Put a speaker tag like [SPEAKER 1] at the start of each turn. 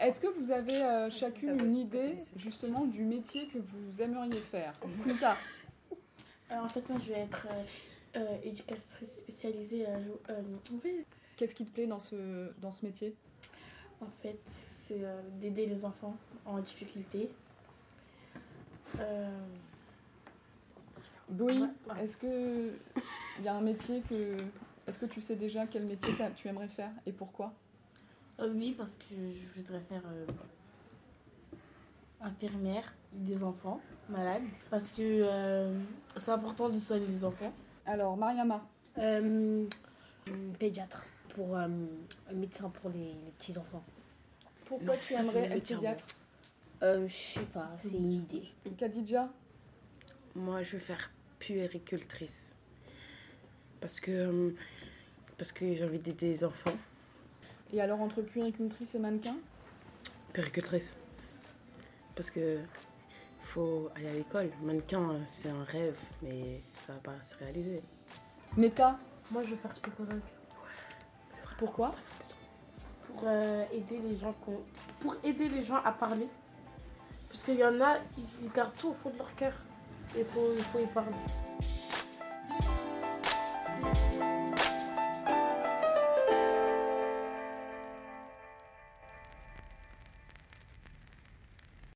[SPEAKER 1] Est-ce que vous avez euh, chacune une idée justement du métier que vous aimeriez faire Kunta,
[SPEAKER 2] Alors, en fait, moi, je vais être euh, euh, éducatrice spécialisée. euh, euh, oui.
[SPEAKER 1] qu'est-ce qui te plaît dans ce, dans ce métier
[SPEAKER 2] En fait, c'est euh, d'aider les enfants en difficulté. Euh,
[SPEAKER 1] Bowie,
[SPEAKER 2] Ouais.
[SPEAKER 1] est-ce que il y a un métier que est-ce que tu sais déjà quel métier t'as- tu aimerais faire et pourquoi
[SPEAKER 3] Euh, oui, parce que je voudrais faire euh, infirmière des enfants malades. Parce que euh, c'est important de soigner les enfants.
[SPEAKER 1] Alors Mariama,
[SPEAKER 4] Euh, pédiatre pour euh, médecin pour les, les petits enfants.
[SPEAKER 1] pourquoi tu aimerais être pédiatre
[SPEAKER 4] Euh, je sais pas, c'est une idée.
[SPEAKER 1] Khadija,
[SPEAKER 5] Moi, je vais faire puéricultrice. Parce que, euh, parce que j'ai envie d'aider les enfants.
[SPEAKER 1] et alors entre puéricultrice et mannequin
[SPEAKER 5] Puéricultrice. Parce que faut aller à l'école. Mannequin, euh, c'est un rêve, mais ça va pas se réaliser.
[SPEAKER 1] Meta,
[SPEAKER 3] Moi, je veux faire psychologue.
[SPEAKER 1] pourquoi
[SPEAKER 3] Pour euh, aider les gens qu'on- pour aider les gens à parler. Parce qu'il y en a, ils, ils gardent tout au fond de leur cœur. Et il faut, il faut y parler.